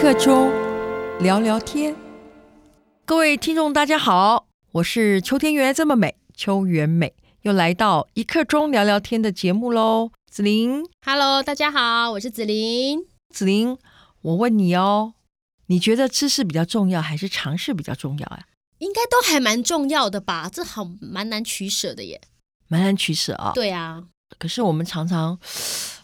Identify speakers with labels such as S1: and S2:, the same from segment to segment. S1: 刻钟聊聊天。各位听众，大家好，我是秋天原来这么美，秋原美，又来到一刻钟聊聊天的节目喽。子玲，
S2: Hello，大家好，我是子琳。
S1: 子玲，我问你哦，你觉得知识比较重要，还是尝试比较重要啊？
S2: 应该都还蛮重要的吧？这好蛮难取舍的耶。
S1: 蛮难取舍啊。
S2: 对啊，
S1: 可是我们常常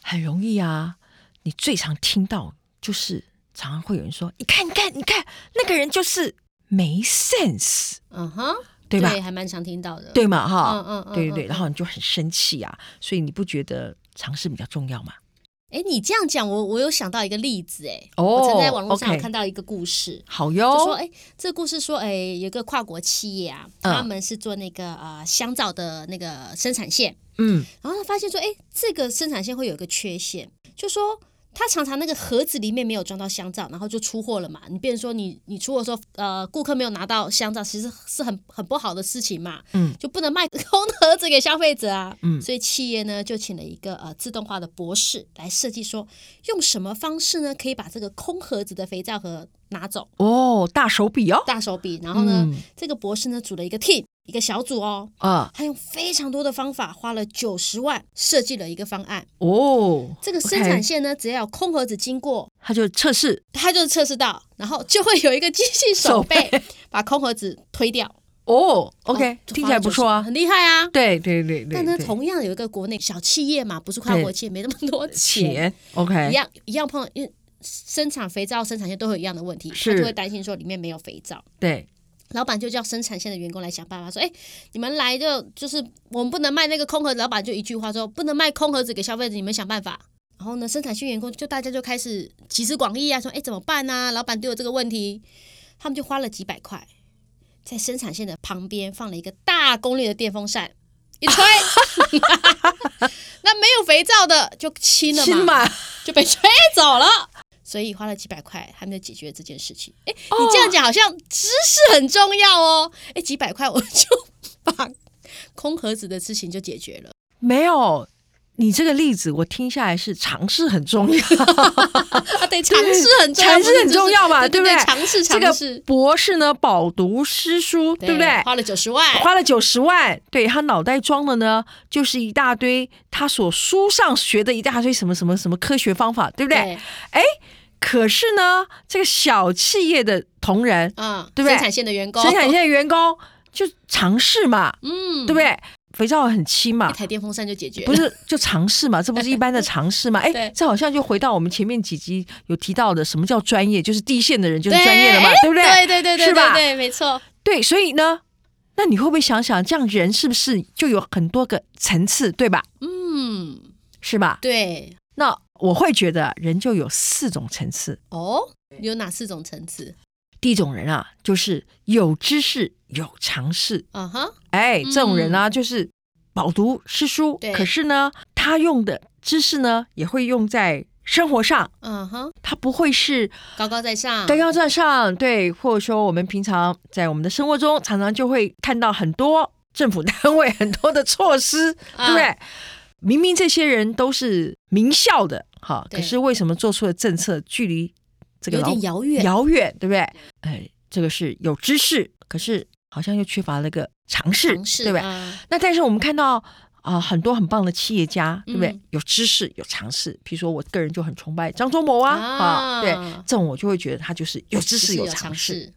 S1: 很容易啊，你最常听到就是常常会有人说：“你看，你看，你看，那个人就是没 sense，
S2: 嗯哼，
S1: 对吧？”
S2: 还蛮常听到的。，
S1: 对嘛哈，
S2: 嗯嗯嗯，
S1: 对对对，
S2: 嗯
S1: 然。后你就很生气啊，所以你不觉得尝试比较重要吗？
S2: 哎，你这样讲，我我有想到一个例子哎。
S1: 哦
S2: 我曾在网络上
S1: OK
S2: 有看到一个故事。
S1: 好
S2: 就说
S1: 哟，
S2: 哎，这故事说哎，有一个跨国企业啊，
S1: 嗯
S2: 他们是做那个呃香皂的那个生产线，
S1: 嗯，
S2: 然后他发现说，哎，这个生产线会有一个缺陷，就说他常常那个盒子里面没有装到香皂，然后就出货了嘛。你变成说你你出货的时候，呃，顾客没有拿到香皂，其实是很很不好的事情嘛。
S1: 嗯，
S2: 就不能卖空的盒子给消费者啊。
S1: 嗯
S2: 所以企业呢就请了一个呃自动化的博士来设计说，用什么方式呢可以把这个空盒子的肥皂盒拿走。
S1: 哦，大手笔哦，
S2: 大手笔，然后呢，
S1: 嗯
S2: 这个博士呢组了一个 team，一个小组哦，
S1: 啊，
S2: 他用非常多的方法，花了九十万设计了一个方案。
S1: 哦，
S2: 这个生产线呢，只要有空盒子经过，
S1: 他就测试
S2: 它就测试到，然后就会有一个机器手背 把空盒子推掉。
S1: 哦，OK，
S2: 哦就
S1: 听起来不错
S2: 花
S1: 啊，
S2: 了90很厉害啊。
S1: 对对对对
S2: 但呢，
S1: 对
S2: 同样有一个国内小企业嘛，不是跨国企业，没那么多钱，
S1: 钱，OK，
S2: 一样一样碰到，因为生产肥皂生产线都会有一样的问题，他
S1: 是
S2: 就会担心说里面没有肥皂。
S1: 对，
S2: 老板就叫生产线的员工来想办法，说：“哎、你们来就就是我们不能卖那个空盒子。”老板就一句话说：“不能卖空盒子给消费者，你们想办法。”然后呢，生产线员工就大家就开始集思广益啊，说：“哎、怎么办呢、老板对我这个问题，他们就花了几百块，在生产线的旁边放了一个大功率的电风扇，一吹， 那没有肥皂的就亲了
S1: 亲
S2: 嘛，
S1: 嘛，
S2: 就被吹走了。所以花了几百块，还没有解决这件事情。哎、你
S1: 哦
S2: 这样讲好像知识很重要哦。哎、几百块我就 把空盒子的事情就解决了。
S1: 没有。你这个例子，我听下来是尝试很重 要，
S2: 啊，对，尝试很重要，
S1: 尝试很
S2: 不是知识
S1: 重要嘛
S2: 对
S1: 对不对
S2: 对？尝试
S1: 这
S2: 尝
S1: 个
S2: 试，
S1: 博士呢饱读诗书，对不对？
S2: 花了九十万，
S1: 花了九十万，对他脑袋装的呢，就是一大堆他所书上学的一大堆什么什么什么科学方法，对不对？
S2: 对，
S1: 可是呢，这个小企业的同仁、
S2: 嗯，
S1: 对不对
S2: 生产线的员工，
S1: 生产线的员工就尝试嘛，
S2: 嗯，
S1: 对不对？肥皂很轻
S2: 一
S1: 嘛，
S2: 台电风扇就解决，
S1: 不是就尝试嘛？这不是一般的尝试 嘛？哎
S2: 对，
S1: 这好像就回到我们前面几集有提到的，什么叫专业？就是第一线的人就是
S2: 对
S1: 专业的嘛，对不对？
S2: 对对对对
S1: 是
S2: 对
S1: 吧
S2: 对，没错，
S1: 对，所以呢，那你会不会想想，这样人是不是就有很多个层次，对吧？
S2: 嗯，
S1: 是吧？
S2: 对，
S1: 那我会觉得人就有四种层次。
S2: 哦，有哪四种层次？
S1: 第一种人啊，就是有知识、有尝试，
S2: 嗯哼，
S1: 哎，
S2: 嗯
S1: 这种人啊，就是饱读诗书。
S2: 对
S1: 可是呢，他用的知识呢，也会用在生活上，
S2: 嗯哼，
S1: 他不会是
S2: 高高在上，
S1: 高高在
S2: 嗯
S1: 上，对，或者说我们平常在我们的生活中，常常就会看到很多政府单位很多的措 施，对
S2: 嗯
S1: 不对？明明这些人都是名校的，哈，
S2: 对
S1: 可是为什么做出的政策距离这个
S2: 有
S1: 老
S2: 点遥远，
S1: 遥远，对不对？哎，这个是有知识，可是好像又缺乏了个尝试，
S2: 尝试
S1: 对不对？
S2: 嗯
S1: 那但是我们看到啊、很多很棒的企业家，对不对？
S2: 嗯
S1: 有知识，有尝试。比如说，我个人就很崇拜张忠谋啊，啊
S2: 啊
S1: 对，这种我就会觉得他就是有知识
S2: 是有
S1: 尝
S2: 尝
S1: 试。
S2: 试，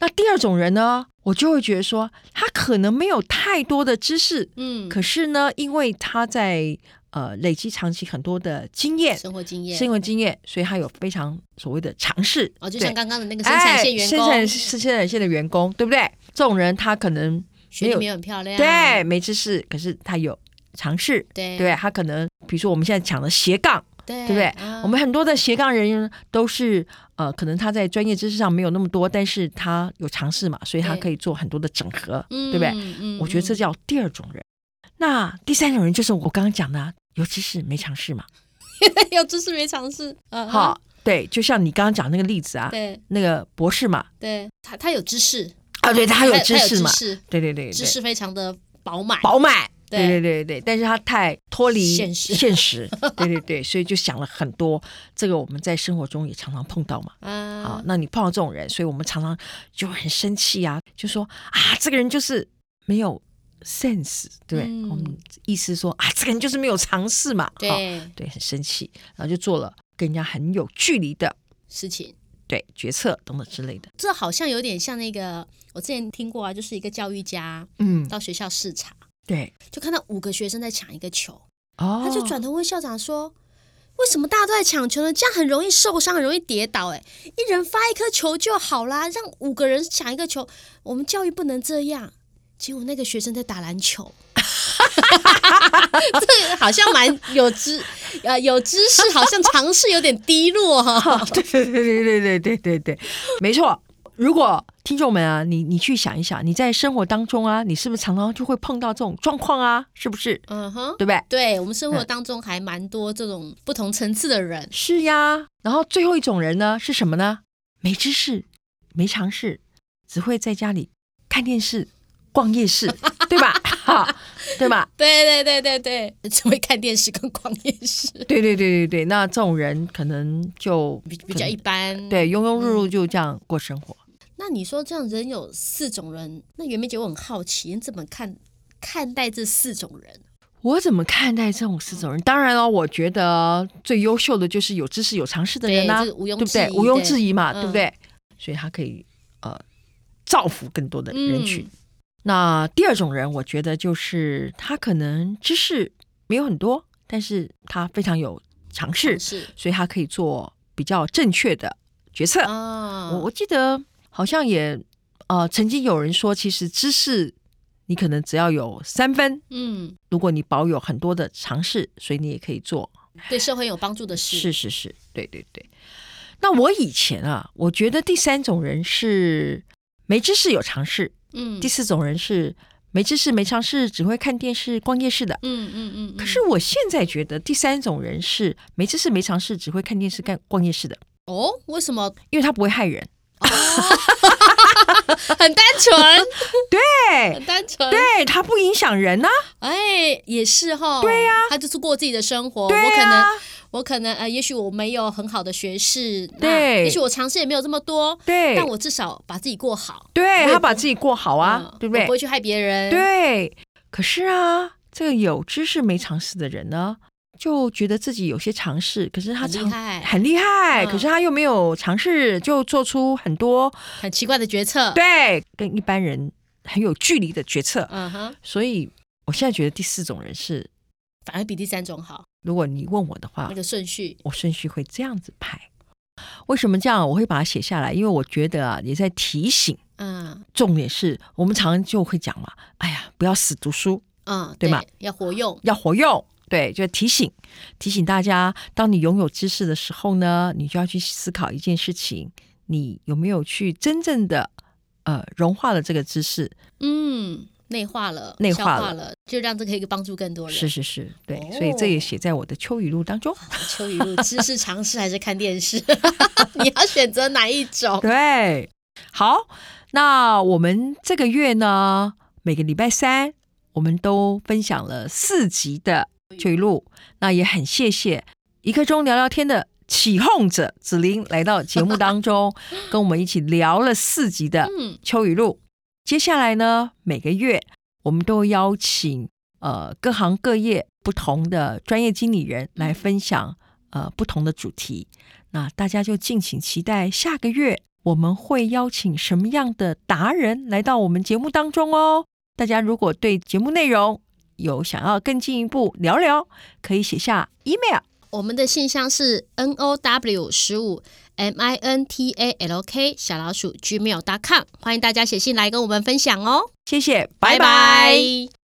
S1: 那第二种人呢，我就会觉得说，他可能没有太多的知识，
S2: 嗯，
S1: 可是呢，因为他在呃累积长期很多的经验。
S2: 生活经验，
S1: 生活经验，所以他有非常所谓的尝试
S2: 哦，就
S1: 对
S2: 像刚刚的那个生产线员工，
S1: 哎、生产是生产线的员工，对不对？这种人他可能
S2: 学历没有很漂亮，
S1: 对没知识，可是他有尝试，
S2: 啊对
S1: 对
S2: 啊
S1: 不对他可能比如说我们现在讲的斜杠，
S2: 对
S1: 对不对？
S2: 啊
S1: 我们很多的斜杠人员都是呃，可能他在专业知识上没有那么多，但是他有尝试嘛，所以他
S2: 对
S1: 可以做很多的整合，
S2: 嗯
S1: 对不对？
S2: 嗯
S1: 我觉得这
S2: 嗯
S1: 叫第二种人。那第三种人就是我刚刚讲的啊，有知识没尝试嘛，
S2: 嗯 有知识没尝试，嗯，
S1: 好、对，就像你刚刚讲那个例子啊
S2: 嗯，，对
S1: 那个博士嘛，
S2: 对，他他有知识，
S1: 啊，对他
S2: 他
S1: 有知识嘛，
S2: 他有知识
S1: 对对对对，
S2: 知识非常的饱满，
S1: 饱满，对对
S2: 对
S1: 对对，但是他太脱离
S2: 现实
S1: 现实，对对对，所以就想了很多。这个我们在生活中也常常碰到嘛。啊
S2: 啊，，
S1: 那你碰到这种人，所以我们常常就很生气啊，就说啊，这个人就是没有 sense，对不对，
S2: 嗯
S1: 我们意思说啊，这个人就是没有尝试嘛，好
S2: 对
S1: 对，很生气，然后就做了跟人家很有距离的
S2: 事情，
S1: 对决策等等之类的，
S2: 这好像有点像那个我之前听过啊，就是一个教育家
S1: 嗯，
S2: 到学校视察，
S1: 对，
S2: 就看到五个学生在抢一个球，
S1: 哦，
S2: 他就转头问校长说。为什么大家都在抢球呢？这样很容易受伤，很容易跌倒、哎，一人发一颗球就好啦，让五个人抢一个球。我们教育不能这样。结果那个学生在打篮球， 这个好像蛮有知呃有知识，好像尝试有点低落 哈、
S1: 对对对对对对对对，没错。如果听众们啊，你你去想一想，你在生活当中啊，你是不是常常就会碰到这种状况啊？是不是？
S2: 嗯哼，
S1: 对不对？
S2: 对我们生活当中还蛮多这种不同层次的人，
S1: 是呀。然后最后一种人呢是什么呢？没知识，没尝试，只会在家里看电视、逛夜市，对吧？哈，对吧？
S2: 对对对对对， 只会看电视跟逛夜市，
S1: 对对对对对。那这种人可能就
S2: 比比较一般。，
S1: 对庸庸碌碌就这样过生活。
S2: 那你说这样人有四种人，那袁梅姐我很好奇，你怎么看看待这四种人？
S1: 我怎么看待这种四种人？当然了，我觉得最优秀的就是有知识、有尝试的人啦、
S2: 对这个毋庸
S1: 对不对？
S2: 置疑
S1: 毋庸置疑嘛，
S2: 嗯
S1: 对不对？所以他可以呃造福更多的人群。
S2: 嗯
S1: 那第二种人，我觉得就是他可能知识没有很多，但是他非常有尝试，
S2: 是
S1: 所以他可以做比较正确的决策。
S2: 啊，
S1: 我我记得好像也呃曾经有人说，其实知识你可能只要有三分，
S2: 嗯，
S1: 如果你保有很多的尝试，所以你也可以做。
S2: 对社会有帮助的事
S1: 是是是，对对对。那我以前啊，我觉得第三种人是没知识有尝试，
S2: 嗯
S1: 第四种人是没知识没尝试，只会看电视逛夜市的。
S2: 嗯嗯嗯，嗯
S1: 可是我现在觉得第三种人是没知识没尝试，只会看电视干逛夜市的，
S2: 哦，为什么
S1: 因为他不会害人。
S2: 很单纯，
S1: 对
S2: 很单纯，
S1: 对，啊他不影响人呐、啊
S2: 哎，也是哈，对呀、他就是过自己的生活，哦我可能。我可能呃，也许我没有很好的学识，那
S1: 对
S2: 也许我尝试也没有这么多，
S1: 对
S2: 但我至少把自己过好
S1: 对
S2: 我也
S1: 他
S2: 不
S1: 把自己过好啊，
S2: 嗯
S1: 对不对
S2: 我不？会去害别人，，
S1: 对，可是啊，这个有知识没尝试的人呢，就觉得自己有些尝试，可是他
S2: 很厉
S1: 尝
S2: 害
S1: 很厉害，
S2: 嗯
S1: 可是他又没有尝试，就做出很多
S2: 很奇怪的决策，，
S1: 对跟一般人很有距离的决策。
S2: 嗯哼，
S1: 所以我现在觉得第四种人是，
S2: 反而比第三种好，
S1: 如果你问我的话
S2: 那，个顺序，
S1: 我顺序会这样子排。为什么这样？我会把它写下来，因为我觉得啊，也在提醒。
S2: 嗯
S1: 重点是我们常常就会讲嘛，哎呀，不要死读书，
S2: 嗯，
S1: 对嘛，
S2: 要活用，
S1: 要活用。对，就提醒提醒大家，当你拥有知识的时候呢，你就要去思考一件事情：你有没有去真正的呃融化了这个知识？
S2: 嗯，内化了，
S1: 内
S2: 消
S1: 化
S2: 化
S1: 了
S2: 了，就让这个可以帮助更多人。
S1: 是是是，对，所以这也写在我的秋语录当中。
S2: 秋雨露，知识尝试还是看电 视？你要选择哪一种？
S1: 对，好，那我们这个月呢，每个礼拜三我们都分享了四集的秋语录，那也很谢谢一刻钟聊聊天的起哄者子琳来到节目当中，跟我们一起聊了四集的
S2: 嗯
S1: 秋雨露。接下来呢，每个月我们都邀请呃各行各业不同的专业经理人来分享呃不同的主题。那大家就敬请期待下个月我们会邀请什么样的达人来到我们节目当中哦。大家如果对节目内容有想要更进一步聊聊，可以写下 email。
S2: 我们的信箱是 n o w 十五 m i n t a l k 小老鼠 gmail.com，欢迎大家写信来跟我们分享哦。
S1: 谢谢，拜拜
S2: 拜拜